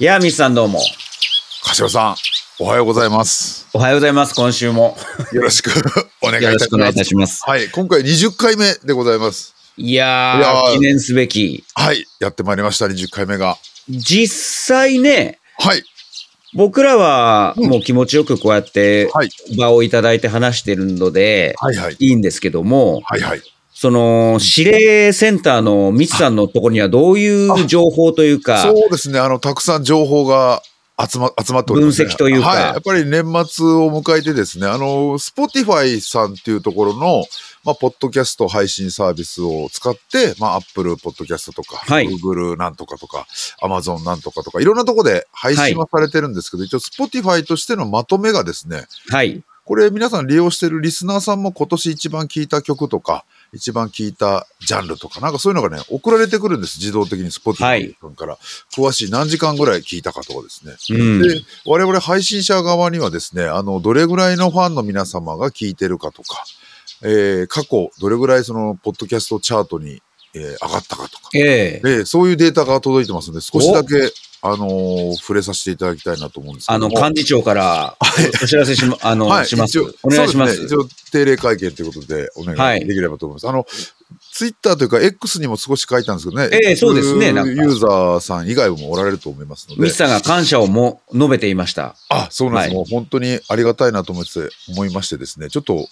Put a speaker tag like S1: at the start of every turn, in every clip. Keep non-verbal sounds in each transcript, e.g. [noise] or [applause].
S1: いや、ミスさんどうも。
S2: 柏さん、おはようございます。
S1: おはようございます。今週も。
S2: よろしくお願いい
S1: よろ
S2: た
S1: し
S2: し
S1: くお願
S2: ま
S1: いいた
S2: す。
S1: します。
S2: はい、今回20回目でございます。
S1: いやー
S2: いやー
S1: 記念すべき。
S2: はい、やってまいりました、20回目が。
S1: 実際ね、
S2: はい、
S1: 僕らは
S2: うん
S1: もう気持ちよくこうやって
S2: はい、
S1: 場をいただいて話してるので、
S2: はい、はい、
S1: いいんですけども、
S2: はい、はい。
S1: その、指令センターのミスさんのところにはどういう情報というか、
S2: そうですね、あの、たくさん情報が集ま集まっております、ね。
S1: 分析というか
S2: はい、やっぱり年末を迎えてですね、あの、Spotify さんっていうところの、まあ、ポッドキャスト配信サービスを使って、まあ、Apple ポッドキャストとか、
S1: はい
S2: Google なんとかとか、Amazon なんとかとか、いろんなとこで配信はされてるんですけど、一応 Spotify としてのまとめがですね、
S1: はい。
S2: これ皆さん利用してるリスナーさんも今年一番聴いた曲とか、一番聴いたジャンルとか、なんかそういうのがね、送られてくるんです。自動的に Spotify 君から。詳しい何時間ぐらい聴いたかとかですね。
S1: うん。
S2: で、我々配信者側にはですね、あの、どれぐらいのファンの皆様が聞いてるかとか、えー過去、どれぐらいその、ポッドキャストチャートに、えー上がったかとか、
S1: ええ
S2: えーそういうデータが届いてますので、少しだけ、あのー触れさせていただきたいなと思うんですけ
S1: あ
S2: ども
S1: の、幹事長からお知らせしま、あの、
S2: はい、
S1: します
S2: 一応。
S1: お願いしま
S2: そう
S1: す。
S2: ですね、一応定例会見ということでお
S1: は
S2: 願
S1: い
S2: いできればと思います。あの、ツイッターというか X にも少し書いたんですけどね。
S1: ええそうですねなんか
S2: ユーザーさん以外もおられると思いますの
S1: ミ
S2: で
S1: ス。さんが感謝をも述べていました。
S2: あ、そうなんで
S1: はい
S2: す。もう本当にありがたいなと思って、思いましてですね、ちょっと、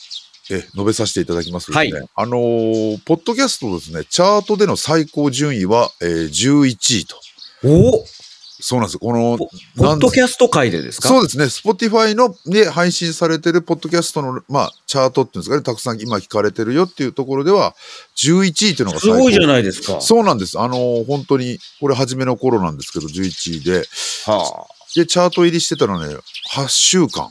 S2: え、述べさせていただきますとですね。
S1: は
S2: あのーポッドキャストのですね、チャートでの最高順位は、えー11位と。
S1: お
S2: そうなんです。この、
S1: ポッ
S2: なん
S1: ドキャスト界でですか
S2: そうですね、Spotify ので配信されてるポッドキャストの、まあ、チャートっていうんですかね、たくさん今聞かれてるよっていうところでは、11位というのが
S1: すごいじゃ
S2: い
S1: ないですか。
S2: そうなんです。あのー本当に、これ初めの頃なんですけど、11位で。
S1: はあ、
S2: で、チャート入りしてたのね、8週間、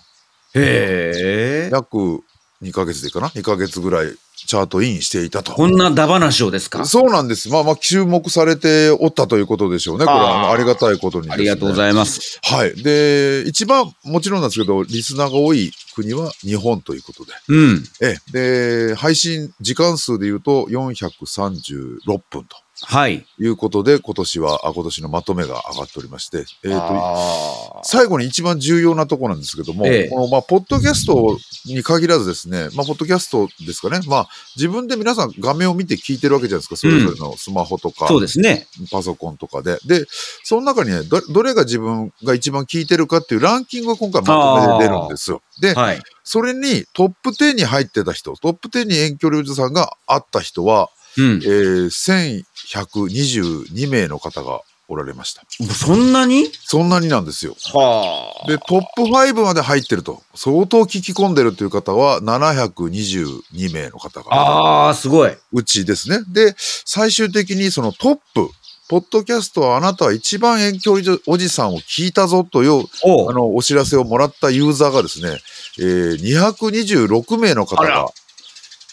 S1: へえ。
S2: 約2ヶ月でいいかな、2ヶ月ぐらいチャートインしていたと。
S1: こんなダバなしをですか
S2: そうなんです。まあまあ、注目されておったということでしょうね。これは
S1: あ
S2: あ
S1: ー
S2: のありがたいことにですね、
S1: ありがとうございます。
S2: はい。で、一番もちろんなんですけど、リスナーが多い国は日本ということで。
S1: うん。
S2: ええ、で、配信時間数で言うと436分と
S1: はい。
S2: いうことで、今年は、あ今年のまとめが上がっておりまして、えーと、
S1: あー
S2: 最後に一番重要なところなんですけども、
S1: ええ
S2: このまあ、ポッドキャストに限らずですね、まあ、ポッドキャストですかね、まあ、自分で皆さん画面を見て聞いてるわけじゃないですか、それぞれのスマホとか、
S1: そうですね。
S2: パソコンとかで。で、その中にね、どどれが自分が一番聞いてるかっていうランキングが今回まとめて出るんですよ。で、
S1: はい。
S2: それにトップ10に入ってた人、トップ10に遠距離おじさんがあった人は、
S1: うん
S2: え。ー、1122名の方がおられました。
S1: そんなに
S2: そんなになんですよ。
S1: はあ。
S2: で、トップ5まで入ってると、相当聞き込んでるという方は722名の方が。
S1: ああ、すごい。
S2: うちですね。で、最終的にそのトップ、ポッドキャストはあなたは一番遠距離おじさんを聞いたぞという
S1: お
S2: あ
S1: う
S2: のお知らせをもらったユーザーがですね、えー226名の方
S1: あら
S2: が、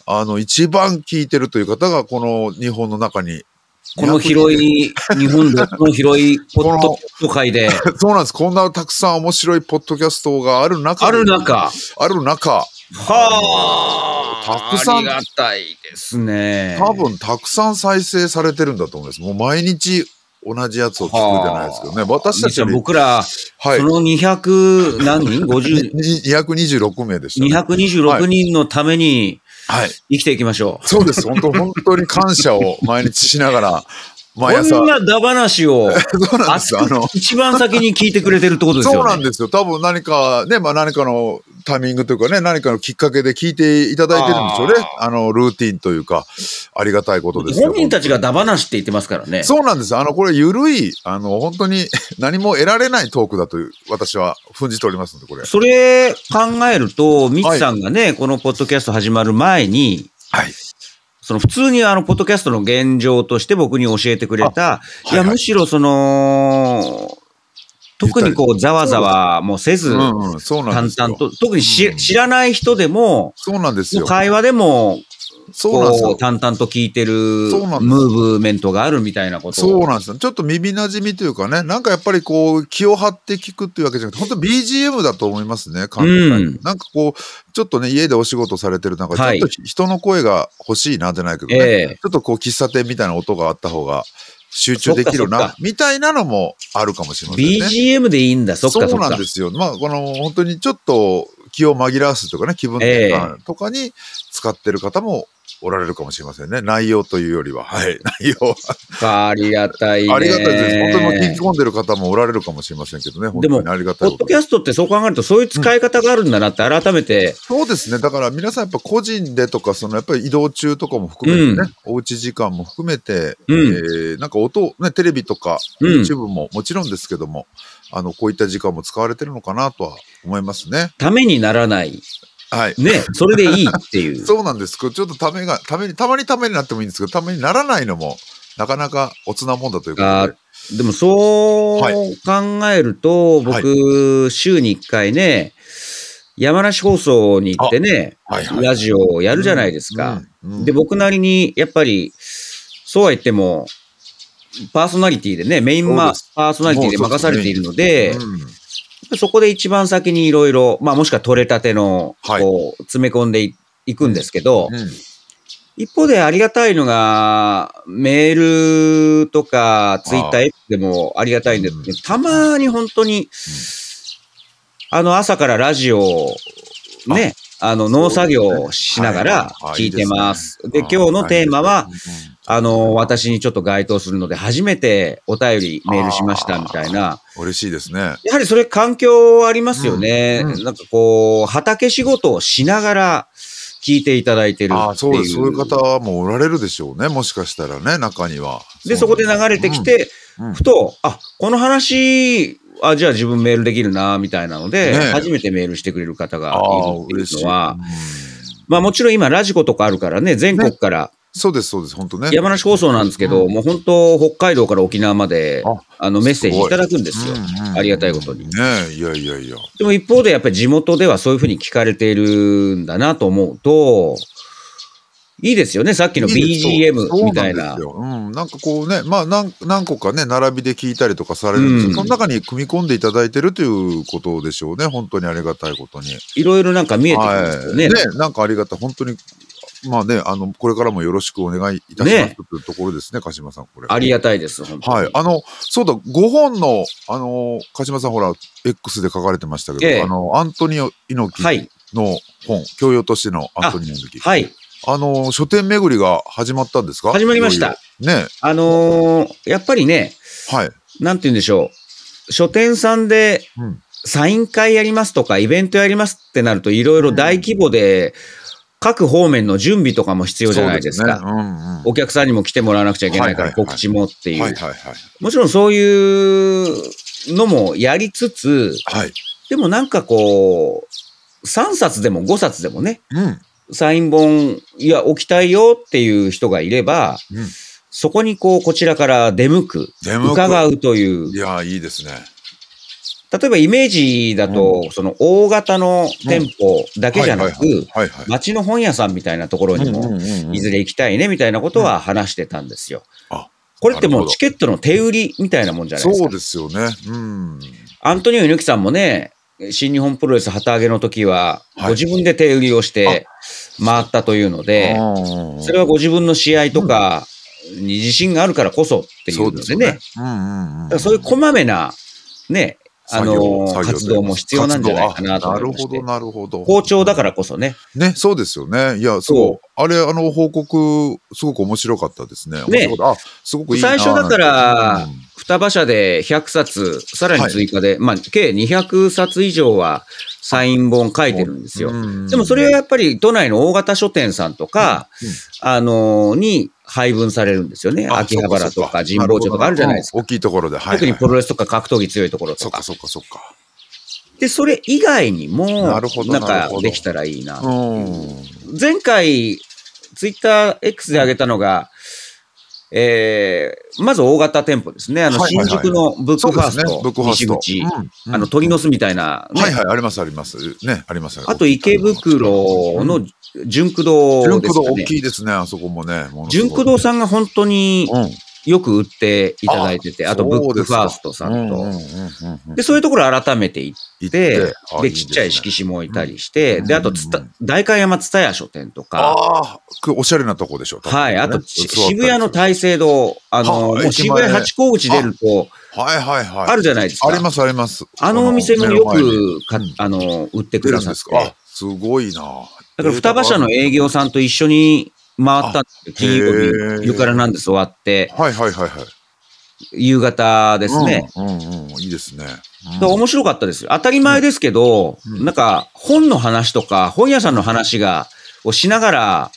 S2: あの、一番聞いてるという方が、この日本の中に。 [laughs]
S1: この広い、日本でこの広いポッドキャスト界で、
S2: 200。そうなんです。 [laughs] こんなたくさん面白いポッドキャストがある中。
S1: ある。中、
S2: ある中。
S1: はあ、
S2: たくさん
S1: ありがたいですね。
S2: 多分たくさん再生されてるんだと思います。もう毎日同じやつを聞くじゃないですけどね。私たちより
S1: 僕ら、
S2: はい
S1: そ。の200何人 ?50、
S2: に226名でした、ね。
S1: 226人のために
S2: はい。
S1: 生きていきましょう。
S2: そうです。本当本当に感謝を毎日しな
S1: [laughs]
S2: がら、毎朝。
S1: こんなダ話を、
S2: [laughs] そうなんですよ。あの
S1: あ、一番先に聞いてくれてるってことですよね。
S2: そうなんですよ。多分何かね、まあ何かのタイミングというかね、何かのきっかけで聞いていただいてるんでしょうね。あの、ルーティンというか、ありがたいことですよ。
S1: 本人たちがダ話って言ってますからね。
S2: そうなんです。あの、これ、ゆるい、あの、本当に [laughs] 何も得られないトークだという、私は踏んじておりますので、これ。
S1: それ考えると、ミツさんがね、このポッドキャスト始まる前に、
S2: はい。
S1: その普通にあの、ポッドキャストの現状として僕に教えてくれた、
S2: は
S1: い
S2: い
S1: や、
S2: はい
S1: むしろその、特にこう、ざわざわもせず、
S2: うんうん、そうなん
S1: 淡
S2: ですよ。
S1: 々と、特にし
S2: うん
S1: 知らない人でも、
S2: そうなんです
S1: もう
S2: よ。
S1: 会話でも、
S2: そうなんです
S1: こう、
S2: よ。
S1: 淡々と聞いてる、ム
S2: そうなんです
S1: ーブメントがあるみたいなこと
S2: そう
S1: を。
S2: なんですよ。ちょっと耳なじみというかね、なんかやっぱりこう、気を張って聞くっていうわけじゃなくて、本当 BGM だと思いますね、簡単に
S1: うん
S2: なんかこう、ちょっとね、家でお仕事されてる中、
S1: はい
S2: ちょっと人の声が欲しいなじゃないけどね、
S1: ええ
S2: ちょっとこう、喫茶店みたいな音があった方が、集中できる
S1: そっかそっ
S2: な
S1: か、
S2: みたいなのもあるかもしれませんね。
S1: BGM でいいんだ、そっかそっ
S2: うな
S1: か
S2: んで。すよ。まあ、この、本当にちょっと気を紛らわすとかね、気分転換とかに使ってる方もおられるかもしれませんね。内容というよりは。はい。内容は。
S1: ありがたいね。
S2: ありがたいです。本当にもう聞き込んでる方もおられるかもしれませんけどね。本当にありがた
S1: ポ
S2: い
S1: ッ
S2: こと
S1: ドキャストってそう考えると、そういう使い方があるんだなって改めて、
S2: そうですね。だから皆さんやっぱ個人でとか、そのやっぱり移動中とかも含めてね、おうち時間も含めて、
S1: うん
S2: えーなんか音、ね、テレビとか、
S1: うん
S2: YouTube ももちろんですけども、あの、こういった時間も使われてるのかなとは思いますね。
S1: ためにならない。
S2: はい。
S1: ね、それでいいっていう。
S2: [laughs] そうなんです。これちょっとためが、ために、たまにためになってもいいんですけど、ためにならないのも、なかなかおつなもんだということ
S1: あ
S2: で。
S1: でもそう
S2: は
S1: 考えると、僕、週に1回ね、山梨放送に行ってね、
S2: はいはい。
S1: ラジオをやるじゃないですか。
S2: うん。うん
S1: で、僕なりに、やっぱり、そうは言っても、パーソナリティでね、メイン
S2: そう
S1: マ
S2: です
S1: パーソナリティで
S2: もうそ
S1: 任され
S2: うですね
S1: ているので、
S2: うん
S1: そこで一番先にいろいろ、まあもしくは取れたての、
S2: はい
S1: こう、詰め込んでいいくんですけど、
S2: うん
S1: 一方でありがたいのが、メールとか、ツイッター X でもありがたいんですけ
S2: う
S1: ど、たまに本当に、あの、朝からラジオをね、あの、農作業をしながら
S2: はい
S1: 聞いてます。
S2: はい
S1: で、
S2: いいですね
S1: 今日のテーマは
S2: うん、
S1: あの、私にちょっと該当するので、初めてお便りメールしましたみたいな。
S2: 嬉しいですね。
S1: やはりそれ環境ありますよね。
S2: うんうん
S1: なんかこう、畑仕事をしながら聞いていただいてるっていう。
S2: ああ、そうです。そういう方もおられるでしょうね。もしかしたらね、中には。
S1: で、そこで流れてき、て、
S2: うんうん
S1: ふと、あ、この話、あ、じゃあ自分メールできるな、みたいなので、
S2: ねえ
S1: 初めてメールしてくれる方が
S2: ああ
S1: いる、って
S2: 嬉
S1: いう
S2: しい。
S1: のは
S2: う、ん
S1: まあもちろん今ラジコとかあるからね、全国から、
S2: そうです、そうです。本当ね。
S1: 山梨放送なんですけど、もう本当北海道から沖縄まで、
S2: あ
S1: あのメッセージ
S2: す
S1: い
S2: ごい
S1: ただくんですよ。
S2: うんうん
S1: ありがたいことに
S2: ねえいやいやいや。
S1: でも一方でやっぱり地元ではそういうふうに聞かれているんだなと思うと、いいですよね、さっきの
S2: いいです
S1: BGM みたいな。
S2: そうそうなんですようん、なんかこうね、まあ何、何個かね、並びで聞いたりとかされるんですけど、
S1: うん
S2: その中に組み込んでいただいてるということでしょうね。本当にありがたいことに。
S1: いろいろなんか見えてくるんですよね。
S2: はいねなんかありがたい。本当に、まあね、あの、これからもよろしくお願いいたします
S1: ね
S2: というところですね、鹿島さん、これ。
S1: ありがたいです、本当に
S2: はい。あの、そうだ、5本の、あの、鹿島さん、ほら、X で書かれてましたけど、
S1: ええ
S2: あの、アントニオ猪木
S1: はい。
S2: の本、教養としてのアントニオ猪木。
S1: はい。
S2: あの、書店巡りが始まったんですか
S1: 始まりました。
S2: いよいよね
S1: あのーやっぱりね、
S2: はい。
S1: なんて言うんでしょう。書店さんで
S2: うん
S1: サイン会やりますとか、イベントやりますってなると、いろいろ大規模で、各方面の準備とかも必要じゃないですか。
S2: そうねうんうん。
S1: お客さんにも来てもらわなくちゃいけないか
S2: は
S1: ら、
S2: いはいはい
S1: 告知もっていう、
S2: はいはいはい。
S1: もちろんそういうのもやりつつ、
S2: はい。
S1: でもなんかこう、3冊でも5冊でもね、
S2: うん。
S1: サイン本、いや、置きたいよっていう人がいれば、
S2: うん
S1: そこにこう、こちらから出向く、
S2: 出向く
S1: 伺うという
S2: い、やー、いいですね。
S1: 例えばイメージだと、その大型の店舗だけじゃな
S2: うん
S1: く、
S2: はいはい。
S1: 町の本屋さんみたいなところに
S2: うん
S1: も、
S2: うんうんうん
S1: いずれ行きたいねみたいなことは話してたんですよ。
S2: あ
S1: これって
S2: なる
S1: も
S2: ほ
S1: う
S2: ど
S1: チケットの手売りみたいなもんじゃないです
S2: そう
S1: か。
S2: ですよね。うん。
S1: アントニオ猪木さんもね、新日本プロレス旗揚げの時は、
S2: は
S1: ご
S2: い
S1: 自分で手売りをして回ったというので、それはご自分の試合とかに自信があるからこそっていうのでね、。
S2: うんうんうん。
S1: だからそういうこまめな、ね、あ
S2: 作業
S1: の
S2: 作業
S1: 活動も必要なんじゃないかなと思いまし
S2: 活動
S1: て
S2: あ。なるほど、なるほど。
S1: 好調だからこそね。
S2: ね、そうですよね。いや、
S1: そ
S2: そう。あれ、あの、報告、すごく面白かったですね。面白かった。あ、すごくいいなー
S1: 最初だから
S2: なんて
S1: 双馬車で100冊、さらに追加で、まあ、計200冊以上はサイン本書いてるんですよ。
S2: うん
S1: でもそれはやっぱり都内の大型書店さんとか、
S2: うんうん
S1: あのーに配分されるんですよね。
S2: あ
S1: 秋葉原と
S2: そっそ
S1: か
S2: っ
S1: 神保町とかあるじゃないですか。
S2: なほどうん大きいところで、はいはい。
S1: 特にプロレスとか格闘技強いところ
S2: そ
S1: と
S2: っか
S1: か。
S2: そっかそっか。
S1: で、それ以外にも、
S2: なるほど
S1: なん
S2: な
S1: か
S2: るほど
S1: できたらいいな
S2: う。ん。
S1: 前回、ツイッター X で上げたのが、えー、まず大型店舗ですね。あの、
S2: はいはい
S1: 新
S2: はい
S1: 宿のブック
S2: そう
S1: ファ
S2: で
S1: ー
S2: すね。
S1: ス
S2: ブック
S1: ト、
S2: ファー
S1: 西
S2: スト。
S1: 口、
S2: うん
S1: あの、鳥の巣みたいな、ね
S2: はいはい、ありますあります。ね、あります。
S1: あと池袋
S2: う
S1: の
S2: ん、
S1: 純駆動
S2: 純
S1: で
S2: 駆
S1: す
S2: 動
S1: か
S2: 大
S1: ね。
S2: きいですね、あそこもね。ものすご
S1: 純
S2: い
S1: 駆動さんが本当に
S2: うん。
S1: よく売っていただいてて、あとブックファーストさんと。で、そういうところ改めて行って、で、ちっちゃい色紙も置いたりして、で、あと、代官山蔦屋書店とか。
S2: ああ、おしゃれなとこでしょ。
S1: はい。あと、渋谷の大聖堂、あの、渋谷八甲口出ると、
S2: はいはいはい。
S1: あるじゃないですか。
S2: あります、あります。
S1: あのお店もよく、あの、売ってくださって。あ、
S2: すごいな
S1: だから、双葉社の営業さんと一緒に回ったんですよ。金曜日、ゆからなんです終わって。
S2: はいはいはいはい。
S1: 夕方ですね。
S2: うんうんいいですね。
S1: 面白かったですよ。当たり前ですけど、なんか、本の話とか、本屋さんの話が、をしながら、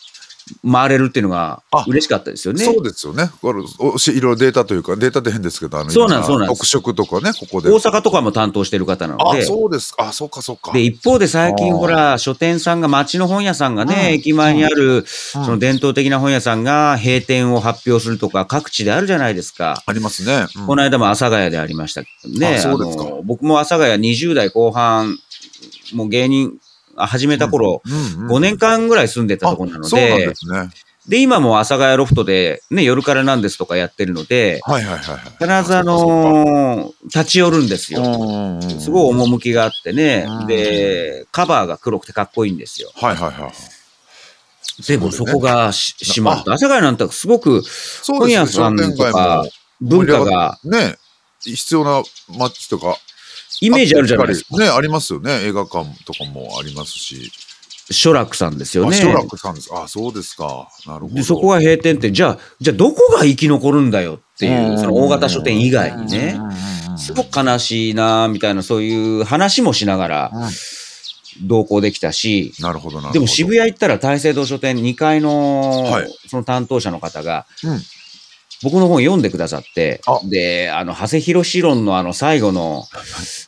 S1: 回れるっていうのが嬉しかったですよね。
S2: そうですよね。これおしいろいろデータというか、データって変ですけど、あの、
S1: そうなんそうなん
S2: 特色とかね、ここで。
S1: 大阪とかも担当してる方なので。
S2: あ、そうですか。あ、そうかそうか。
S1: で、一方で最近、ほら、書店さんが、町の本屋さんがね、駅前にある、その伝統的な本屋さんが閉店を発表するとか、各地であるじゃないですか。
S2: ありますね。
S1: この間も阿佐ヶ谷でありましたけどね。
S2: そうですか。
S1: 僕も阿佐ヶ谷20代後半、もう芸人、始めた頃、5年間ぐらい住んでたところなので、で、今も阿佐ヶ谷ロフトで、ね、夜からなんですとかやってるので、、
S2: はいはいはい
S1: 必ずあの立ち寄るんですよ。すごい趣があってね、で、カバーが黒くてかっこいいんですよ。
S2: はいはいはい。
S1: でもそこが閉まると、阿佐ヶ谷なんてすごく、本屋さんとか文化が。
S2: ね、必要な街とか
S1: イメージあるじゃないですか。
S2: ね、ありますよね。映画館とかもありますし。
S1: 書楽さんですよね。
S2: 書楽さんです。あ、そうですか。なるほど。
S1: そこが閉店って、じゃあ、じゃあどこが生き残るんだよっていう、その大型書店以外にね。すごく悲しいな、みたいな、そういう話もしながら、同行できたし。
S2: なるほど、なるほど。
S1: でも渋谷行ったら大聖堂書店2階の、その担当者の方が、うん僕の本読んでくださって、で、あの、長谷博士論のあの最後の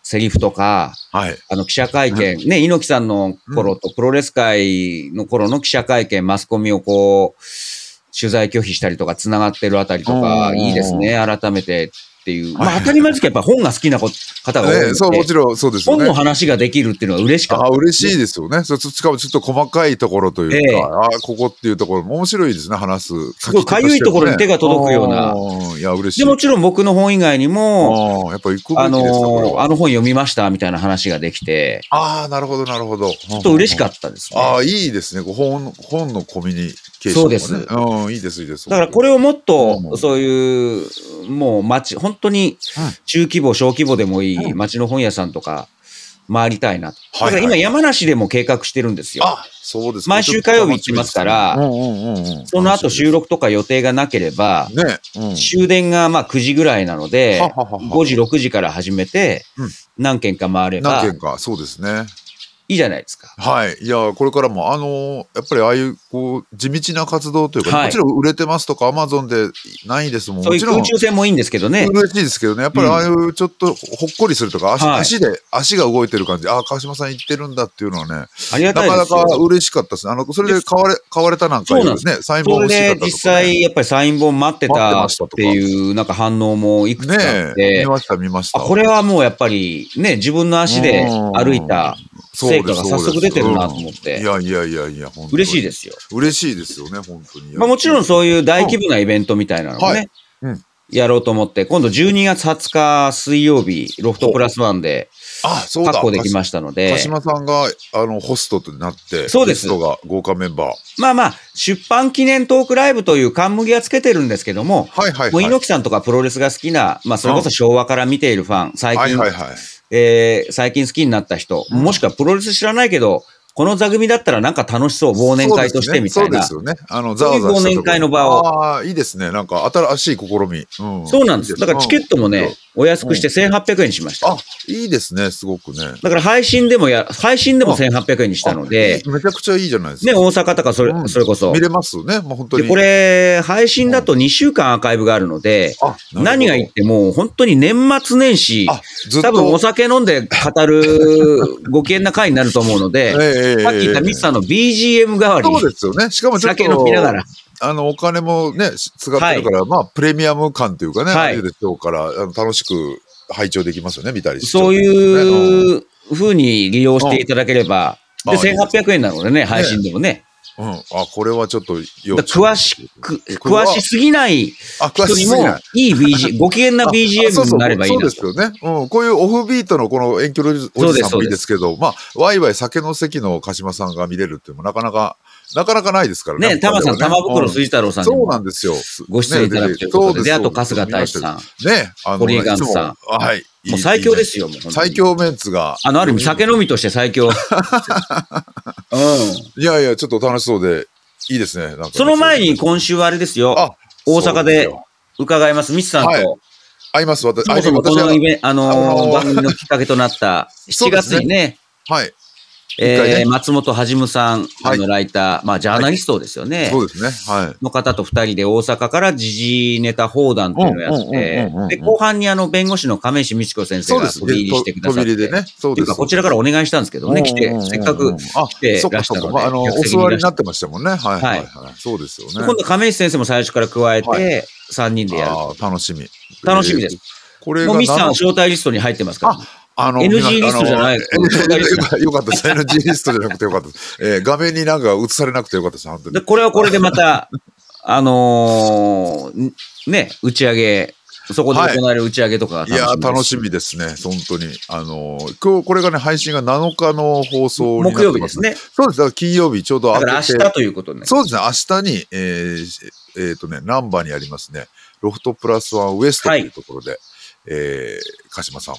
S1: セリフとか、
S2: はい、
S1: あの記者会見、うん、ね、猪木さんの頃とプロレス界の頃の記者会見、マスコミをこう、取材拒否したりとか、繋がってるあたりとか、いいですね、改めてっていう。まあ当たり前ですけど、やっぱ本が好きな方が多い
S2: ので、そう、もちろんそうです
S1: ね。本の話ができるっていうのは嬉しかった。
S2: あ嬉しいですよね。そしかもちょっと細かいところというか、あここっていうところも面白いですね、話す。
S1: すごいかゆいところに手が届くような。
S2: いや、嬉しい。
S1: で、もちろん僕の本以外にも、
S2: あやっぱ行く
S1: あの、あの本読みましたみたいな話ができて。
S2: ああ、なるほど、なるほど。
S1: ちょっと嬉しかったですね。
S2: ああ、いいですね。本、本のコミュニケーション、
S1: そうです。
S2: うん、いいです、いいです。
S1: だからこれをもっと、そういう、もう街、本当に中規模、小規模でもいい町の本屋さんとか回りたいなと。だから今山梨でも計画してるんですよ。
S2: そうです
S1: 毎週火曜日行ってますから、その後収録とか予定がなければ、終電がまあ9時ぐらいなので、5時、6時から始めて、何軒か回れば。
S2: 何軒か、そうですね。
S1: いいじゃないですか。
S2: はい。いや、これからも、あのー、やっぱりああいう、こう、地道な活動というか、はい、もちろん売れてますとか、アマゾンでないですもん。
S1: そういう空中戦もいいんですけどね。
S2: 嬉しいですけどね。やっぱりああいうちょっとほっこりするとか、足,はい、足で、足が動いてる感じ、ああ、川島さん行ってるんだっていうのはね、
S1: ありがたい
S2: なかなか嬉しかったですね。あの、それで買われ、買われたなんか
S1: です
S2: ね、サイン本欲しかったとか、ね、
S1: 実際、やっぱりサイン本待ってたっていう、なんか反応もいくつかあって、ね、
S2: 見ました、見ました。
S1: これはもうやっぱり、ね、自分の足で歩いた、成果が早速出てるなと思って。
S2: いやいやいやいや、本
S1: 当嬉しいですよ。
S2: 嬉しいですよね、本当に。
S1: まあもちろんそういう大規模なイベントみたいなのをね、やろうと思って、今度12月20日水曜日、ロフトプラスワンで、
S2: あ、そう
S1: 確保できましたので。
S2: 鹿島さんが、あの、ホストとなって、
S1: そうです。
S2: ホストが豪華メンバー。
S1: まあまあ、出版記念トークライブという冠はつけてるんですけども、
S2: はいはい、
S1: もう猪木さんとかプロレスが好きな、まあそれこそ昭和から見ているファン、最近、はいはいはい、えー、最近好きになった人、もしくはプロレス知らないけど、この座組だったらなんか楽しそう、忘年会としてみたいな。
S2: そうですよね。あの、ざわざわ
S1: 忘年会の場を。
S2: ああ、いいですね。なんか新しい試み。
S1: そうなんです。だからチケットもね、お安くして1800円にしました。
S2: あ、いいですね、すごくね。
S1: だから配信でもや、配信でも1800円にしたので。
S2: めちゃくちゃいいじゃないですか。
S1: ね、大阪とかそれ、それこそ。
S2: 見れますね、もう本当に。
S1: これ、配信だと2週間アーカイブがあるので、何が言っても、本当に年末年始、多分お酒飲んで語るご機嫌な回になると思うので、さっき言ったミスさんの BGM 代わり。
S2: そうですよね。しかもちょっと。
S1: 酒飲みながら。
S2: あの、お金もね、使ってるから、はい、まあ、プレミアム感というかね、はい、あるでしょうから、あの楽しく拝聴できますよね、見たりして、
S1: ね、そういうふうに利用していただければ、うん、で、1800円なのでね、配信でもね。
S2: うん。あ、これはちょっと要
S1: だから詳しく、詳しすぎない
S2: あ、詳
S1: 人に
S2: しすぎ
S1: も
S2: ない。
S1: いい
S2: [laughs]
S1: BG、ご機嫌な
S2: ああそう
S1: BGM
S2: そう
S1: になればいい
S2: そう
S1: な
S2: で
S1: と
S2: すよね。うん。こういうオフビートのこの遠距離おじさ
S1: そうで
S2: ん
S1: す
S2: もいいですけど、まあ、ワイワイ酒の席の鹿島さんが見れるっていうのもなかなか、なかなかないですからね。
S1: ね、玉さん、
S2: 他では
S1: 玉
S2: ね
S1: 袋
S2: うん
S1: 筋太郎さんに
S2: そう
S1: も
S2: なんですよ。
S1: ご出演いただくということで、で、あと春日大志さん。
S2: ん。ね、あの、
S1: ポリガンさん
S2: いつもはい。いい
S1: もう最強ですよ、もう本当に。
S2: 最強メンツが。
S1: あの、ある意味、酒飲みとして最
S2: [laughs]
S1: 強。うん。
S2: いやいや、ちょっと楽しそうで、いいですね。なんか
S1: その前に、今週はあれですよ
S2: あ。
S1: 大阪
S2: そうす
S1: で
S2: よ
S1: 伺います。ミスさん
S2: はい
S1: と、
S2: 会います、私。
S1: そもそもこ
S2: 私は
S1: のイベンあの
S2: あの
S1: ー
S2: ー
S1: 番組のきっかけとなった、
S2: [laughs] そ
S1: 7
S2: うで
S1: 月
S2: すね
S1: にね、
S2: はい。一回
S1: え
S2: ね
S1: ー松本はじむさん、あ
S2: はい
S1: の、ライター、まあ、ジャーナリストですよね。
S2: そうですね。はい。
S1: の方と二人で大阪から時事ネタ放談っていうのをや
S2: うんうんうんうんう
S1: っ
S2: ん
S1: て、で、後半にあの、弁護士の亀石美智子先生
S2: そうで
S1: が
S2: す
S1: 飛
S2: ね。
S1: び入りしてくださっ
S2: 飛び入り
S1: て
S2: で。ね。そう
S1: という
S2: で
S1: か、
S2: す。
S1: こちらからお願いしたんですけどね、来て、せっか
S2: うんうんう
S1: く
S2: ん。あ、
S1: 来て
S2: そっ
S1: ら
S2: か
S1: した
S2: そ
S1: ので
S2: っか。まああの、お
S1: 客席に
S2: 座りになってましたもんね。はいはいはい。そうですよ
S1: 今
S2: ね。
S1: 度亀石先生も最初から加え
S2: は
S1: て、3人でやる。
S2: あー楽しみ。
S1: 楽しみです
S2: えー。これ
S1: も
S2: が
S1: うミスさん
S2: 何
S1: は
S2: の
S1: 招待リストに入ってますからね。
S2: あの
S1: NG リストじゃないい。招待リスト
S2: [laughs] よかったです。NG リストじゃなくてよかったです。えー画面になんか映されなくてよかったです。本当に
S1: で、。これはこれでま
S2: [laughs]
S1: た、あのーね、打ち上げ、そこで行われる打ち上げとかが
S2: いやー、楽
S1: み
S2: しみですね。本当に。あのー今日、これがね、配信が7日の放
S1: です。
S2: 送になってます、
S1: 木曜日です。ね。
S2: そうです。だから金曜日、ちょうど
S1: だか
S2: 明
S1: ら明
S2: けて
S1: 日ということになります
S2: そうですね、明日に、えーえーとね、ナンバーにありますね、ロフトプラスワンウエストと
S1: はい
S2: いうところで、えー鹿島さん、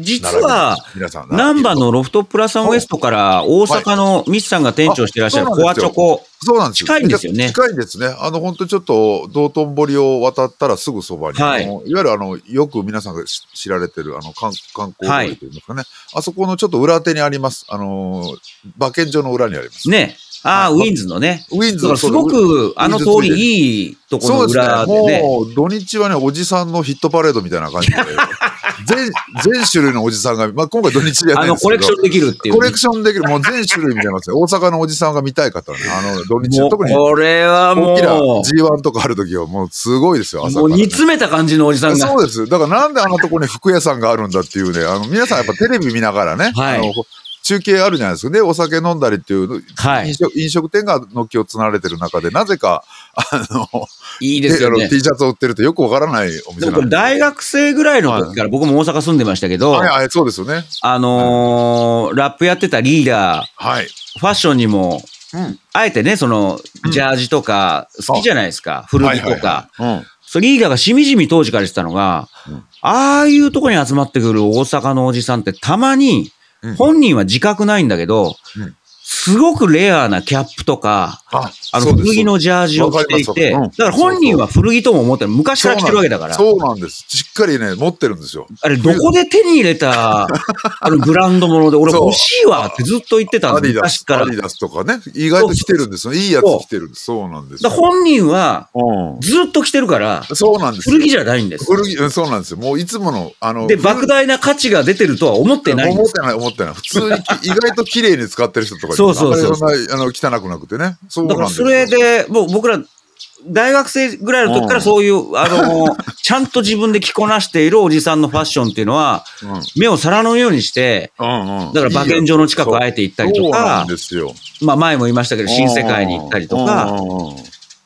S1: 実
S2: 並びま
S1: は
S2: す、皆さん、
S1: ナンバー
S2: の、
S1: のロフトプラスワンウエストから大阪のミスさんが店長してらっしゃる
S2: あそう
S1: コ
S2: な
S1: ア
S2: んで
S1: チ
S2: すよ
S1: ョコ。
S2: そうなんですよ。
S1: 近いんですよね
S2: めちゃくちゃ近いんですね。あの、本当ちょっと、道頓堀を渡ったらすぐそばに、
S1: はい
S2: あのいわゆるあの、よく皆さんが知知られてる、あの、観観光通りというんですかね、あそこのちょっと裏手にあります、あのー、馬券場の裏にあります。
S1: ね。ああ、ウ
S2: はい
S1: ィンズのね。
S2: ウィン
S1: だ
S2: ズ
S1: からすご
S2: そう
S1: くあの通りいいところ
S2: そ
S1: の
S2: うです
S1: 裏で
S2: ね。
S1: ね。
S2: もう、土日はね、おじさんのヒットパレードみたいな
S1: [laughs]
S2: 感じで、全、全種類のおじさんが、まあ、今回土日じゃな
S1: あ
S2: いん
S1: の
S2: です
S1: コ
S2: けど、
S1: レクションできるっていう
S2: コレクションできる、もう全種類みたいなのですよ。大阪のおじさんが見たい方はね、あの、土日
S1: もう、
S2: 特に、
S1: これはも
S2: 大きな
S1: う、
S2: G1 とかある時は、もうすごいですよ、朝
S1: もう
S2: から、
S1: 煮詰めた感じのおじさんが。
S2: そうです。だからなんであんなとこに服屋さんがあるんだっていうね、あの、皆さんやっぱテレビ見ながらね、
S1: はい
S2: あの中継あるじゃないですか。で、お酒飲んだりっていう、
S1: はい
S2: 飲。食飲食店が軒を連ねてる中で、なぜか、あの、
S1: いいですよ
S2: であ
S1: ね
S2: の。T シャツを売ってるとよくわからないお
S1: で
S2: 店
S1: も
S2: な
S1: これ
S2: んで。
S1: 大学生ぐらいの時から僕も大阪住んでましたけど、
S2: はい、はい、そうですよね。
S1: あのーラップやってたリーダ
S2: はい。
S1: ー、ファッションにも、
S2: うん
S1: あえてね、その、
S2: うん
S1: ジャージとか、好きじゃないですか。古
S2: は
S1: 着
S2: い
S1: と
S2: はい
S1: か。
S2: はいうん。
S1: そうリーダーがしみじみ当時から言ってたのが
S2: うん、
S1: ああいうとこに集まってくる大阪のおじさんってたまに
S2: うん、
S1: 本人は自覚ないんだけど
S2: うん、
S1: すごくレアなキャップとか、
S2: あ、
S1: あの、
S2: そうです
S1: 古着のジャージを着ていて、
S2: わかりますわかり
S1: だ
S2: ます
S1: か
S2: うん
S1: ら本人は古着とも思ってない。昔から着てるわけだから。
S2: そうなんです。しっかりね、持ってるんですよ。
S1: あれ、どこで手に入れ
S2: [laughs]
S1: た、あの、ブランドもので、俺
S2: そう
S1: 欲しいわってずっと言ってた
S2: ア
S1: んで
S2: デ
S1: す
S2: ィダス
S1: 昔、から。
S2: ア
S1: だ
S2: デ
S1: か
S2: ィダスとかね、意外と着てるんですよ。いいやつ着てるんです。そうなんです
S1: ら
S2: よ。
S1: 本人は
S2: う
S1: ずっと着てるから、
S2: んそうなんですよ
S1: 古着じゃないんです。
S2: 古着、うんそうなんですよ。もういつもの、あの、
S1: で、莫大な価値が出てるとは思ってないん
S2: 思
S1: で
S2: っ
S1: す。
S2: てない、思ってない。普通にき、意外と綺麗に使ってる人とかいる
S1: そうそうそう
S2: あんまりそんな、あの、汚くなくてね。そう
S1: だ
S2: なん
S1: か
S2: で
S1: ら
S2: す
S1: そ
S2: よ
S1: れで、もう僕ら、大学生ぐらいの時からそういう、あの、ちゃんと自分で着こなしているおじさんのファッションっていうのは、
S2: うんうん
S1: 目を皿のようにして、
S2: うん。
S1: だから馬券場の近くあえて行ったりと
S2: そうな
S1: か
S2: ん、ですよ。
S1: まあ前も言いましたけど、新世界に行ったりとか、
S2: うんうんうんうん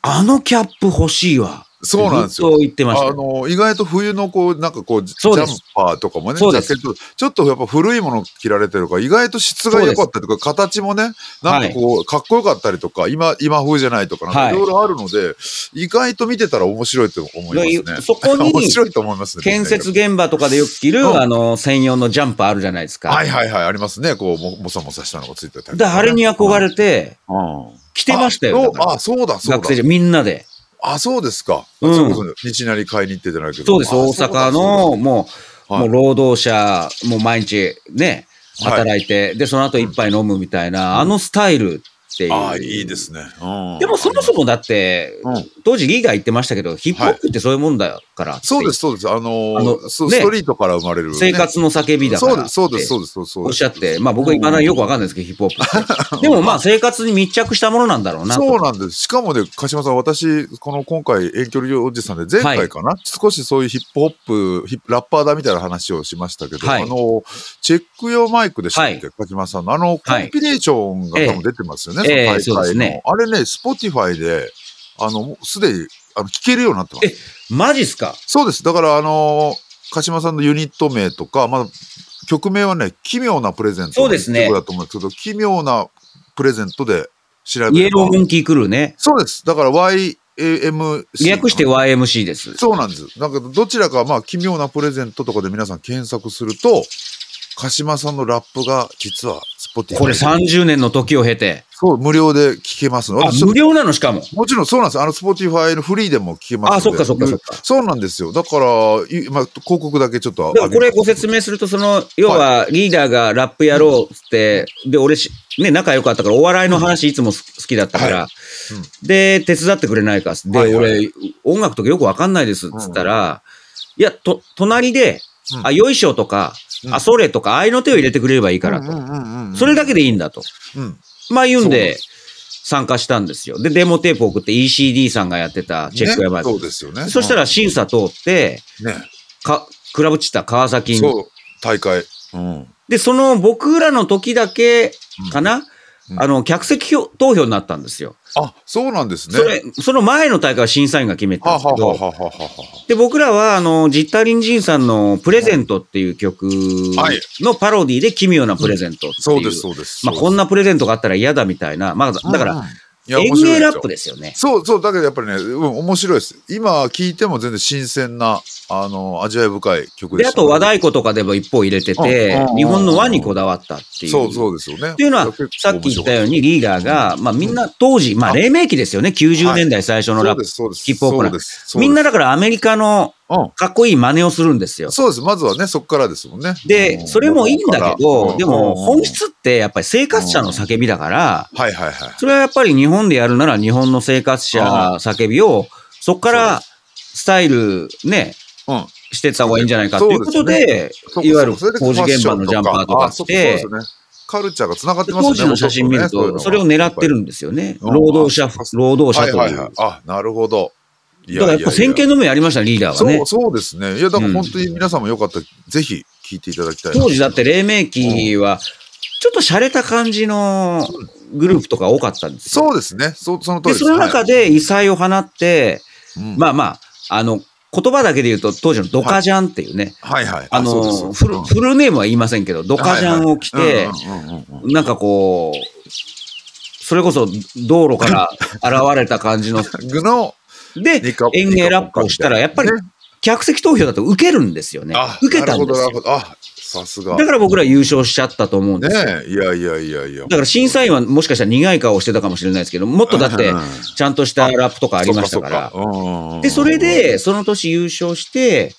S1: あのキャップ欲しいわ。
S2: そうなんですよ
S1: ずっと言ってました
S2: あ。の意外と冬のこうなんかこうジ
S1: そうで
S2: ャン
S1: す
S2: パーとかもね
S1: そうです
S2: ジャケットちょっとやっぱ古いもの着られてるから意外と質が良かったりとか形もねなんかこうかっこよかったりとか今今風じゃないとかなん
S1: は
S2: か
S1: い
S2: いろいろあるので、意外と見てたら面白いと思いますね。
S1: そこに
S2: 面白いと思いますね。
S1: 建設現場とかでよく着る、
S2: うん
S1: あの、専用のジャンパーあるじゃないですか。
S2: はいはいはいありますねこうももさもさしたのがついてたりとかね、
S1: で、あれに憧れて、
S2: うんうん
S1: 着てましたよ。だか
S2: あ
S1: ら
S2: そうあそうだそう
S1: 学生
S2: だ
S1: 時代、みんなで。
S2: あそうですか、
S1: うん
S2: それこそ日なり買いに行ってじゃないけど
S1: そうです、
S2: あ
S1: 大
S2: うだ
S1: 阪
S2: そ
S1: の、
S2: う
S1: もう、も
S2: だは
S1: う
S2: い
S1: 労働者、もう毎日ね、
S2: はい
S1: 働いて、で、その後一杯飲むみたいな、あのスタイルっていう。
S2: ああ、いいですね。うん
S1: でもそもそもだって、
S2: うん
S1: 当時リーダー言ってましたけど、ヒップホップってそういうもんだから。
S2: そうです、。そうです。あのー
S1: あの
S2: そう
S1: ね
S2: ストリートから生まれるね、
S1: 生活の叫びだから。
S2: そうです、そうです、そうです、そうです。
S1: おっしゃって、まあ僕は今だによくわかんないですけど、ヒップホップ
S2: [laughs]
S1: って。でもまあ生活に密着したものなんだろうなと。
S2: そうなんです。しかもね、鹿島さん、私、この今回、遠距離おじさんで、前回かな、少しそういうヒップホップ、ヒップラッパーだみたいな話をしましたけど、
S1: はい
S2: あの、チェック用マイクでしたっけ、鹿島さんの。あの、コンピレーションが多分出てますよね。ね、
S1: ええ
S2: その大会の
S1: そうですね
S2: あれね、Spotify で、あの、もうすでに、あの、聞けるようになってます。
S1: マジっすか
S2: そうです。だから、あのー鹿島さんのユニット名とか、まだ、曲名はね、奇妙なプレゼント
S1: そうですね
S2: っていうことだと思うんですけど、奇妙なプレゼントで調べ
S1: イエ
S2: れ
S1: ロ
S2: ば
S1: ー。モンキークルーね。
S2: そうです。だから YAMC。
S1: 略して YMC です。
S2: そうなんです。なんかどちらか、まあ、奇妙なプレゼントとかで皆さん検索すると、鹿島さんのラップが実は Spotify
S1: これ30年の時を経て。
S2: そう、無料で聞けます。
S1: あ、
S2: 私
S1: 無料なのしかも。
S2: もちろんそうなんです。あの Spotify のフリーでも聞けますので
S1: あ、そっかそっかそっか。
S2: そうなんですよ。だから、いまあ、広告だけちょっと。
S1: だからこれご説明すると、その、要はリーダーがラップやろうっつって、で、俺し、ね、仲良かったから、お笑いの話いつもす好きだったから、で、手伝ってくれないかっつって、
S2: はい
S1: で、
S2: はい
S1: 俺、音楽とかよくわかんないですっつったら、いや、と、隣で、
S2: うん
S1: あ、よいしょとか、
S2: うん
S1: あ、それとか、愛の手を入れてくれればいいから
S2: うんう
S1: と。
S2: んうんうん
S1: それだけでいいんだと。
S2: うん。
S1: まあ言うん
S2: そうで
S1: で、参加したんですよ。で、デモテープ送って ECD さんがやってたチェックやば
S2: ねそうですよね。
S1: そしたら審査通って、
S2: うん、ね。
S1: か、クラブチった川崎に。
S2: そう、大会。うん。
S1: で、その僕らの時だけかな、
S2: うん
S1: あの、客席票投票になったんですよ。
S2: あ、そうなんですね。
S1: それ、その前の大会は審査員が決めてたん
S2: は
S1: です
S2: は
S1: けど、
S2: はははは
S1: で、僕らは、あの、ジッタリンジンさんのプレゼントっていう曲
S2: はい
S1: のパロディで奇妙なプレゼントっていう。
S2: そうです、そうです。
S1: まあ、こんなプレゼントがあったら嫌だみたいな。まあ、だ
S2: うん
S1: だから、、
S2: いや
S1: 演
S2: 面白
S1: 芸
S2: いですよ
S1: ラップですよね。
S2: そうそう、だけどやっぱりね、うん、面白いです。今聞いても全然新鮮な、あの、味わい深い曲で
S1: で、あ
S2: す、
S1: と和太鼓とかでも一方入れて
S2: うん
S1: て
S2: う、ん
S1: 日本の和にこだわったっていう。
S2: そうそうですよね。
S1: っていうのは
S2: 結構、
S1: さっき言ったよう
S2: 面
S1: にリーダーが、まあみんな当時、まあ黎明期ですよね、90年代最初の
S2: 白
S1: ラ
S2: か
S1: ップ。
S2: ったです、そうです、
S1: ヒップ
S2: そ
S1: ホップ
S2: う
S1: な
S2: です。そうです
S1: みんな、だからアメリカの
S2: うん、
S1: かっこいい真似をするんですよ。
S2: そうです。まずはね、そこからですもんね。う
S1: で、
S2: ん
S1: それもいいんだけ
S2: うんう
S1: ど、
S2: ん
S1: でも本質ってやっぱり生活者の叫びだから、
S2: はいはいはい。
S1: それはやっぱり日本でやるなら日本の生活者叫びを、そこからスタイルね、
S2: うん。
S1: してった方がいいんじゃないかっていうことで、
S2: そうか
S1: いわゆる
S2: それで
S1: 工事現場のジャンパーとか
S2: あ
S1: し
S2: そうかそう
S1: て
S2: です、ね。カルチャーが繋がってますね。
S1: 当時の写真見ると、それを狙ってるんですよね。
S2: うん
S1: 労働者、労働者と
S2: はい
S1: い。
S2: はいうはい
S1: だ。
S2: あ、なるほど。い
S1: からやっぱ先見の目やりましたね、リーダーはね
S2: そう、。そうですね。いや、だから本当に皆さんもよかったら、ぜひ聞いていただきたいな。
S1: 当時だって黎明期は、ちょっと洒落た感じのグループとか多かったんですよ。
S2: そうですね。そその
S1: で、
S2: 通りです。
S1: その
S2: は
S1: 中で異彩を放って、
S2: いうん
S1: まあまあ、あの、言葉だけで言うと、当時のドカジャンっていうね、
S2: はいはい。
S1: あ
S2: そうです
S1: の、
S2: そ
S1: フ
S2: う
S1: ル
S2: うん
S1: フルネームは言いませんけど、ドカジャンを着て、
S2: うんうんうんうん
S1: なんかこう、それこそ道路から現れた感
S2: [laughs]
S1: じの。
S2: 具の
S1: で、
S2: ニカ
S1: 演芸ラップをしたらやっぱり
S2: ね
S1: 客席投票だと受けるんですよね
S2: あ。
S1: 受けたんです
S2: な
S1: よ
S2: る。ほど、なるほど。あ、さすが。
S1: だから僕ら優勝しちゃったと思うんですよ。
S2: ねえ、いやいやいやいや。
S1: だから審査員はもしかしたら苦い顔をしてたかもしれないですけど、もっとだって
S2: うんうん
S1: ちゃんとしたラップとかありましたから。
S2: そっそっうんうんうん
S1: で、それでその年優勝して、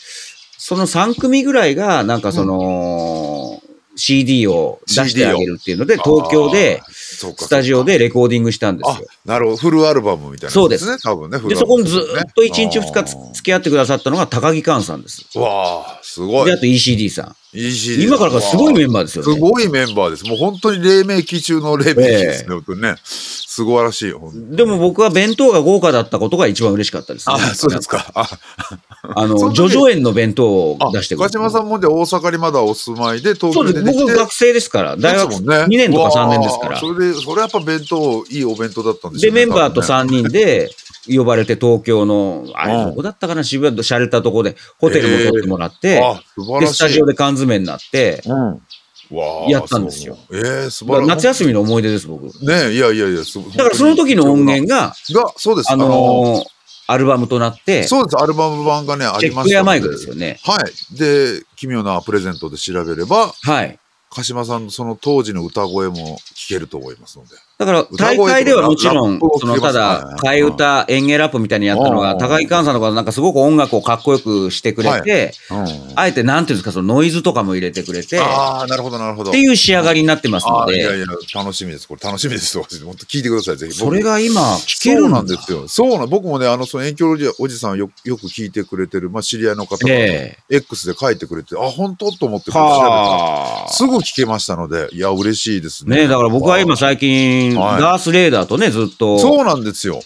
S1: その3組ぐらいがなんかその、CD を出してあげるっていうので、東京で、
S2: あーそうかそうか
S1: スタジオでレコーディングしたんですよ
S2: あ。、なるほど。フルアルバムみたいな
S1: そ
S2: や
S1: う
S2: つね。
S1: です
S2: 多分ね。フ
S1: で、
S2: ルア
S1: そこ
S2: ルバム
S1: に
S2: ね
S1: ずっと1日2日つ付き合ってくださったのが高木寛さんです。
S2: あーわあ、すご
S1: で、
S2: い
S1: あ。と ECD さ
S2: いい
S1: ん。
S2: し
S1: 今からがすごいメンバーですよ
S2: す
S1: ね。
S2: ごいメンバーです。もう本当に黎明期中の黎明期ですね。本当にね。素晴らしい。本当に
S1: でも僕は弁当が豪華だったことが一番嬉しかったです、ね。
S2: あ、そうですか。あ、
S1: あ
S2: そん
S1: の、
S2: な
S1: ジョジョ園の弁当を
S2: あ
S1: 出して
S2: 鹿島さんもで大阪にまだお住まいで、
S1: そ
S2: 東京
S1: う
S2: で
S1: です。
S2: 出てき
S1: 僕
S2: て。
S1: 学生ですから、大学
S2: ですもん
S1: 2年とか3年ですか
S2: うわ
S1: ら
S2: あ。それで、それやっぱ弁当、いいお弁当だったんです
S1: で、メンバーと
S2: さ
S1: 3人で呼ばれて東京の、あれ
S2: うん
S1: どこだったかな、渋谷の洒落たとこでホテルも取ってもらって、
S2: あ、素晴
S1: で、
S2: ら
S1: スタ
S2: しい
S1: ジオ。で缶詰になって、
S2: うん。わあ
S1: やったんですよ。
S2: そうええ、素晴らしい。
S1: 夏休みの思い出です、僕。
S2: ねえ、いやいやいや、す
S1: だからその時の音源が、
S2: が、そうです。
S1: あのーアルバムとなって、
S2: そうです。アルバム版がね、あ
S1: チェ
S2: り
S1: ッ
S2: ま
S1: ク
S2: した
S1: や
S2: の
S1: マイクですよね。
S2: はい。で、奇妙なプレゼントで調べれば、
S1: はい。
S2: 鹿島さんのその当時の歌声も聞けると思いますので。
S1: だから
S2: 歌
S1: 大
S2: 声とか
S1: 会ではもちろん
S2: ラップを、
S1: その
S2: 聞けま
S1: た
S2: すからね
S1: だ替え歌、演芸ラップみたいにやったの
S2: う
S1: が、
S2: ん
S1: 高木寛さんとかなんかすごく音楽をかっこよくしてくれて、あえてなんていうんですか、そのノイズとかも入れてくれて、っ
S2: ああ、なるほど、なるほど。
S1: ていう仕上がりになってますの
S2: あーいや
S1: で、
S2: いや、楽しみです。これ楽しみです。もっと聞いてください、ぜひ。
S1: それが今聞け
S2: そ
S1: る
S2: うんな
S1: だ
S2: んですよ。そうなん、僕もね、あの、その遠距離おじさんをよよく聞いてくれてる、まあ、知り合いの方が、
S1: え
S2: X で書いてくれて、あ、本当と思って
S1: え。
S2: これ調べたら
S1: はあ。
S2: すぐ聞けましたので、いや、嬉しいですね。
S1: ねえ、だから僕は今
S2: あー
S1: 最近、
S2: はい
S1: ダースレーダーとね、ずっと、
S2: そうなんですよ。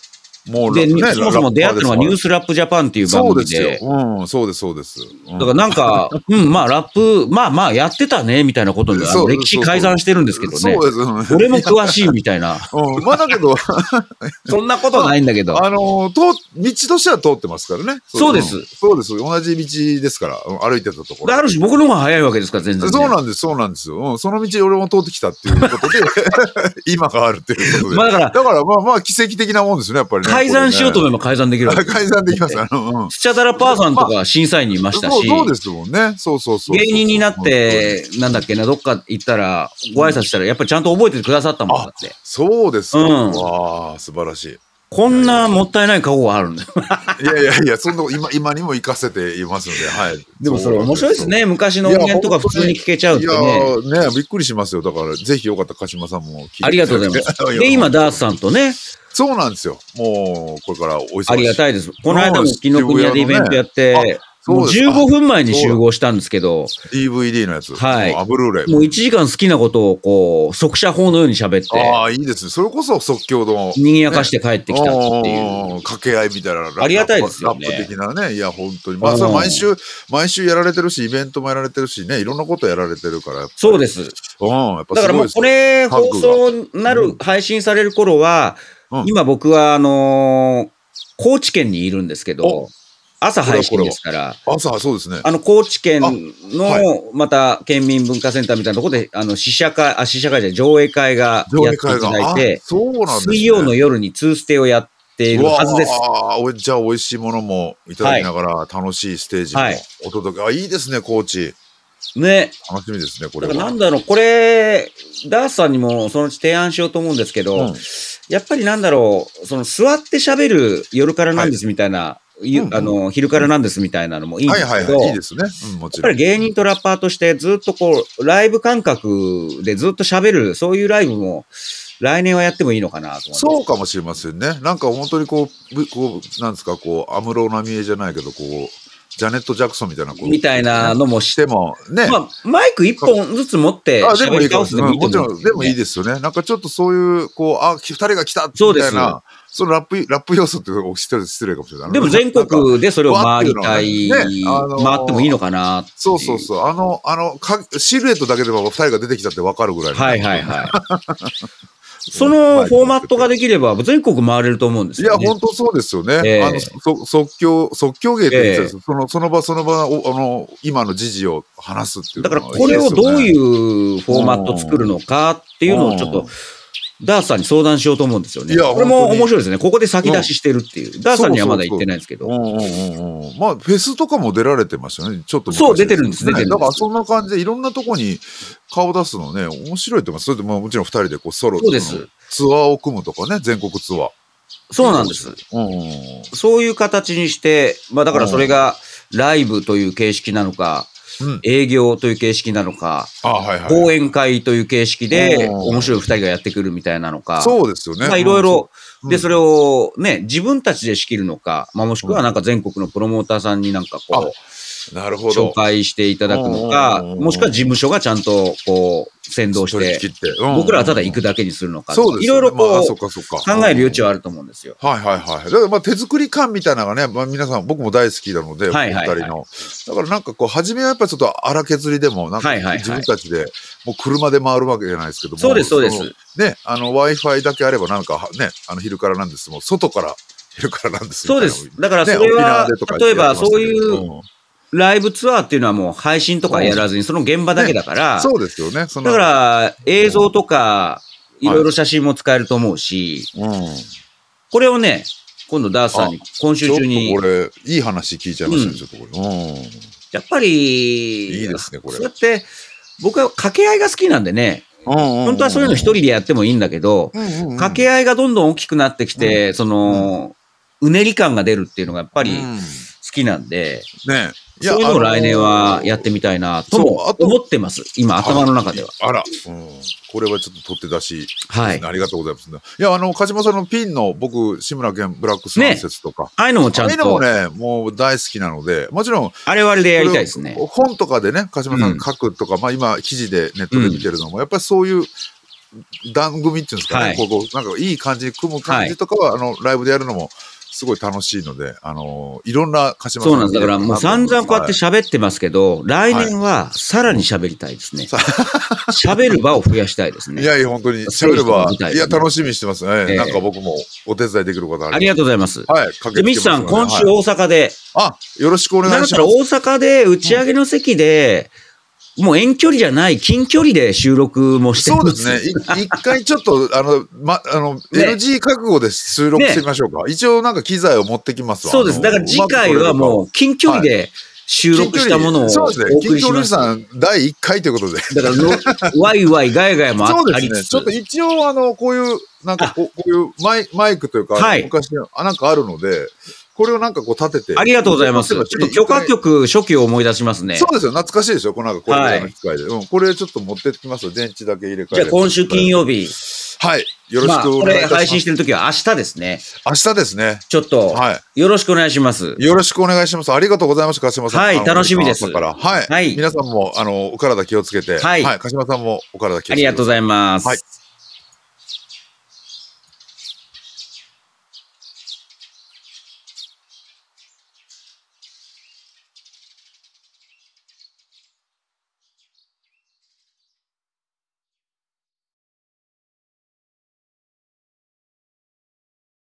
S2: もう
S1: で、
S2: ね
S1: そもそも出会ったのはニュースラップジャパンっていう番
S2: そう
S1: 組
S2: ですよ
S1: で。。
S2: うん、そうです、そうです。うん
S1: だからなんか、うん、まあラップ、まあまあやってたね、みたいなことで、あ
S2: そ
S1: の
S2: う
S1: 歴史改ざんしてるんですけどね
S2: そ。うですうん。
S1: 俺も詳しいみたい
S2: [laughs]
S1: な。
S2: うん、まあだけど、
S1: そんなことないんだけど。
S2: あのー通、道としては通ってますからね。
S1: そうです
S2: んそうです。同じ道ですから、うん歩いてたところ。
S1: ある種僕の方が早いわけですから、全然ね。
S2: そうなんです、そうなんですよ。うん、その道俺も通ってきたっていうこと
S1: [laughs]
S2: で、今があるっていうことで。
S1: まあだから、
S2: だからまあまあ奇跡的なもんですよね、やっぱりね。
S1: 改ざんしようと
S2: こ
S1: 思えば改ざんできる
S2: れ
S1: わ
S2: ね
S1: け。
S2: 改ざんできます。あの、うん。
S1: スチャダラパーさんとか審査員にいました
S2: そう
S1: し、
S2: そうですもんね。そうそうそう。
S1: 芸人になって、なんだっけな、どっか行ったら、ご挨拶したら、やっぱりちゃんと覚えててくださったもんだって。
S2: そうですか。
S1: うん
S2: わあ、素晴らしい。
S1: こんなもったいない過去があるんだよ。
S2: いやいやいや、そんな今今にも生かせていますの [laughs] で、はい。
S1: でもそれ面白いですね。昔の音源とか普通に聞けちゃうって
S2: いや
S1: ね。
S2: ーね、びっくりしますよ。だから、ぜひよかったら鹿島さんも聞いて
S1: ありがとうございます。で、今、ダースさんとね、
S2: そうなんですよ。もう、これからお忙しい。
S1: ありがたいです。この間も
S2: そうです
S1: 紀ノ国屋でイベントやって、
S2: そう
S1: もう
S2: です
S1: 15分前に集合したんですけど、
S2: DVD のやつ。
S1: はい
S2: もうアブルーレイ。
S1: もう1時間好きなことをこう、速射法のように喋って、
S2: ああ、いいですね。それこそ即興の。
S1: 賑やかして帰ってきたって
S2: んん
S1: い
S2: ん
S1: う。
S2: 掛け合いみたいな。
S1: ありがたいですよね
S2: ラップ的なね。いや、本当に。まあ、それ
S1: うん
S2: 毎週、毎週やられてるし、イベントもやられてるしね、いろんなことやられてるから。
S1: そうです。
S2: うん、やっぱ
S1: だから
S2: すご
S1: も
S2: いうです
S1: これ
S2: 覚
S1: 放
S2: 悟が
S1: 送にな
S2: う
S1: る
S2: ん、
S1: 配信される頃は
S2: うん、
S1: 今僕はあのー、高知県にいるんですけど
S2: お、
S1: 朝配信ですから、
S2: 朝、そうですね。
S1: あの、高知県
S2: あは
S1: の、また、県民文化センターみたいなところで、あの、試写会、あ、試写会じゃない上映会がやっていただい
S2: あ
S1: て、
S2: そうなんですね。
S1: 水曜の夜に2ステをやっているはずです。
S2: わあおいじゃあ、美味しいものもいただきながら、楽しいステージも
S1: はい
S2: お届け。あ、いいですね、コーチ。
S1: ね。
S2: 楽しみですね、こ
S1: だ
S2: れ
S1: からな
S2: は。
S1: んだろう、これ、ダースさんにもそのうち提案しようと思うんですけど、
S2: うん
S1: やっぱりなんだろう、その座って喋る夜からなんですみたいな、ゆ
S2: うんうん
S1: あの、昼からなんですみたいなのもいいんです
S2: はいは
S1: け
S2: い
S1: ど、
S2: はい、いい
S1: や
S2: で
S1: っ
S2: すね。うん、もち
S1: ぱ
S2: ろん
S1: り。芸人とラッパーとしてずっとこう、ライブ感覚でずっと喋る、そういうライブも来年はやってもいいのかなと思って。
S2: そうかもしれませんね。なんか本当にこう、ぶこう、なんですか、こう、安室奈美恵じゃないけど、こう、ジャネット・ジャクソンみたいな、こう、
S1: みたいなのもし、
S2: してても、ね。
S1: まあ、マイク一本ずつ持って
S2: あ、でも
S1: 喋
S2: いい
S1: り
S2: か
S1: 倒
S2: も
S1: す
S2: し
S1: で
S2: れ
S1: も
S2: ないい。
S1: いと
S2: もち
S1: 思
S2: ろ
S1: うん
S2: ん、でもいい
S1: です
S2: ですよね。なんかちょっとそういう、こう、あ、二人が来たみ
S1: そうで
S2: た
S1: す
S2: いな、そのラップ、ラップ要素ってお失礼失礼かもしれな
S1: よ
S2: い。
S1: ね。でも全
S2: なんか
S1: 国でそれを回りたい、
S2: わーっていうのはねねあのー
S1: 回ってもいいのかなってい
S2: そうそうそう。あの、あの、かシルエットだけでも二人が出てきたってわかるぐらいの。
S1: はいはいはい。 [laughs] そのフォーマットができれば、全国回れると思うんです
S2: いや、
S1: よ、ね。
S2: 本当そうですよね。
S1: ええ
S2: あのそ即興、即興芸って言ってたんですよそのその場その場を、あの、今の時事を話すっていう
S1: だ
S2: の
S1: か
S2: が
S1: ら、これをどう
S2: いいですよね
S1: いうフォーマット作るのかっていうのをちょっ
S2: う
S1: と
S2: ん、
S1: ダースさんに相談しようと思うんですよね。
S2: いや
S1: これも
S2: 本当に
S1: 面白いですね。ここで先出ししてるっていう。ダースさんにはまだ言ってないんですけ
S2: う
S1: ど。
S2: んうんうんうん。まあ、フェスとかも出られてましたね。ちょっと昔
S1: そう出てるんです出てるんです
S2: だから、そんな感じで、いろんなとこに顔出すのね、面白いと思います。それで、まあ、もちろん二人でこう、ソロ
S1: そうです
S2: ツアーを組むとかね、全国ツアー。
S1: そうなんです。
S2: うんうんうん。
S1: そういう形にして、まあだからそれがライブという形式なのか、
S2: うん。
S1: 営業という形式なのか、
S2: あ、はいはい。
S1: 講演会という形式で
S2: うん
S1: 面白い二人がやってくるみたいなのか、
S2: そうですよね。
S1: まあいろいろ、
S2: うん
S1: で、それをね、自分たちで仕切るのか、まあ、もしくはなんか全国のプロモーターさんになんかこ
S2: なる
S1: う、
S2: ほど
S1: 紹。介していただくの
S2: う
S1: か、
S2: んうんうんうん
S1: もしくは事務所がちゃんとこう、先導し
S2: 取り
S1: て
S2: 仕、切って
S1: 僕らはただ行く
S2: だ
S1: だけにするのか、
S2: そうです
S1: い
S2: よ
S1: ろ
S2: ね
S1: いろ
S2: まあそ
S1: こ
S2: っ
S1: う、
S2: かそっか
S1: 考える余地はあると思うんですよ。
S2: はいはいはい。だからまあ手作り感みたいなのがね、まあ、皆さん僕も大好きなので、
S1: はいはいはい
S2: お二人の。だからなんかこう、初めはやっぱちょっと荒削りでも、なんか
S1: はいはいはい
S2: 自分たちで、もう車で回るわけじゃないですけども。
S1: そうです、そうです。
S2: のね、あの Wi-Fi だけあればなんかはね、あの昼からなんです、もう外から [laughs] 昼からなんで
S1: そ
S2: すみた
S1: う
S2: いな。
S1: です。だからそ
S2: ね
S1: れは
S2: 沖縄でとか、言
S1: 例
S2: っ
S1: え
S2: てや
S1: ば
S2: ってましたけ
S1: そ
S2: ど
S1: ういう
S2: うん
S1: ライブツアーっていうのはもう配信とかやらずに、その現場だけだから、
S2: そうですよね。その
S1: だから映像とか、
S2: うん
S1: いろいろ写真も使えると思うし、
S2: うん、
S1: これをね、今度ダースさんに今週
S2: ちょっ
S1: 中
S2: と
S1: に
S2: これ、いい話聞いちゃいましたね、
S1: うん
S2: ちょっとこれ。うん
S1: やっぱり、
S2: いいですねこれ
S1: そうやって、僕は掛け合いが好きなんでね、
S2: 本
S1: 本当はそういうの一人でやってもいいんだけど、掛け合いがどんどん大きくなってきて、その、うねり感が出るっていうのがやっぱり好
S2: うん
S1: きなんで、
S2: ねえ。
S1: そういうのを来年はやって
S2: み
S1: みたいなとも
S2: そうあと
S1: 思ってます。今、頭の中では。。
S2: あら、うんこれはちょっと取って出し、
S1: はい。あ
S2: ありがとうございます。いや、あの、鹿島さんのピンの僕、志村けんブラックス関節とか、
S1: あいうのもち
S2: あ
S1: ゃ
S2: あ
S1: ん
S2: いうの
S1: と
S2: も、ね、もう大好きなので、もちろん、
S1: あれはあれでやりたいですね
S2: これ。を本とかでね、鹿島さんが書くとか、まあ今、記事でネットで見てるのも、やっぱりそういう、番組っていうんですかね、
S1: はい
S2: こうこうなんかいい感じに組む感じとかは、あの、ライブでやるのもすごい楽しいので、あの、いろんな鹿島さ
S1: そうなんです。だからもう散々こうやって
S2: はい
S1: 喋ってますけど、来年はさらに喋りたいですね。
S2: さ [laughs]
S1: 喋る場を増やしたいです
S2: い
S1: ね。
S2: やいや、本当に、喋れば、
S1: そういう人もいたい
S2: いや、楽しみにしてますね。
S1: ええ
S2: なんか僕もお手伝いできることあ
S1: あり
S2: り
S1: がとうございます。
S2: はい、か
S1: じゃあ、ミシさん、今週
S2: はい
S1: 大阪で、
S2: あ、よろしくお願
S1: なん
S2: い
S1: だっ
S2: したま
S1: ら
S2: す。
S1: 大阪で打ち上げの席で、もう遠距離じゃない近距離で収録もして
S2: そ
S1: ま
S2: うですね。い一回ちょっと、あの、ま、あの、
S1: ね
S2: NG 覚悟で収録してみましょうか。一応なんか機材を持ってきますわ。
S1: そうです。
S2: あの
S1: だから次回はもう近距離で収録したものをお
S2: そうですね。
S1: 送
S2: 近
S1: りし
S2: 距離
S1: ます。
S2: さん第1回ということで。
S1: だからの、ワイワイガヤガヤも
S2: そう
S1: あ
S2: で
S1: り
S2: すね。
S1: つ
S2: ちょっと
S1: つ、
S2: 一応、あの、こういう、なん
S1: あ
S2: かこう、こういうマイマイクというか、
S1: はい
S2: 昔の、あ、なんかあるので、これをなんかこう立てて。
S1: ありがとうございます。ちょっと許可局初期を思い出しますね
S2: そ。うですよ。懐かしいですよ。このなんかこれぐらいの機械で。うん。これちょっと持ってきますよ。電池だけ入れ替え
S1: じゃあ今週金
S2: 曜。
S1: 曜日、
S2: はい。よろ
S1: ま
S2: し
S1: あ、
S2: くお
S1: こ
S2: 願いい
S1: れ
S2: たします。
S1: 配信してる時は明日ですね。
S2: 明日ですね。
S1: ちょっと、
S2: は
S1: よろしくお願いします。
S2: い。よろしくお願いします。ありがとうございました、鹿島さん。
S1: はい
S2: あの
S1: 楽しみです
S2: 朝から。はい。
S1: はい
S2: 皆さんも、あの、お体気をつけて。
S1: はい
S2: 鹿島さんもお体気をつけて。
S1: ありがとうご
S2: ざ
S1: ざ
S2: い
S1: います。
S2: はい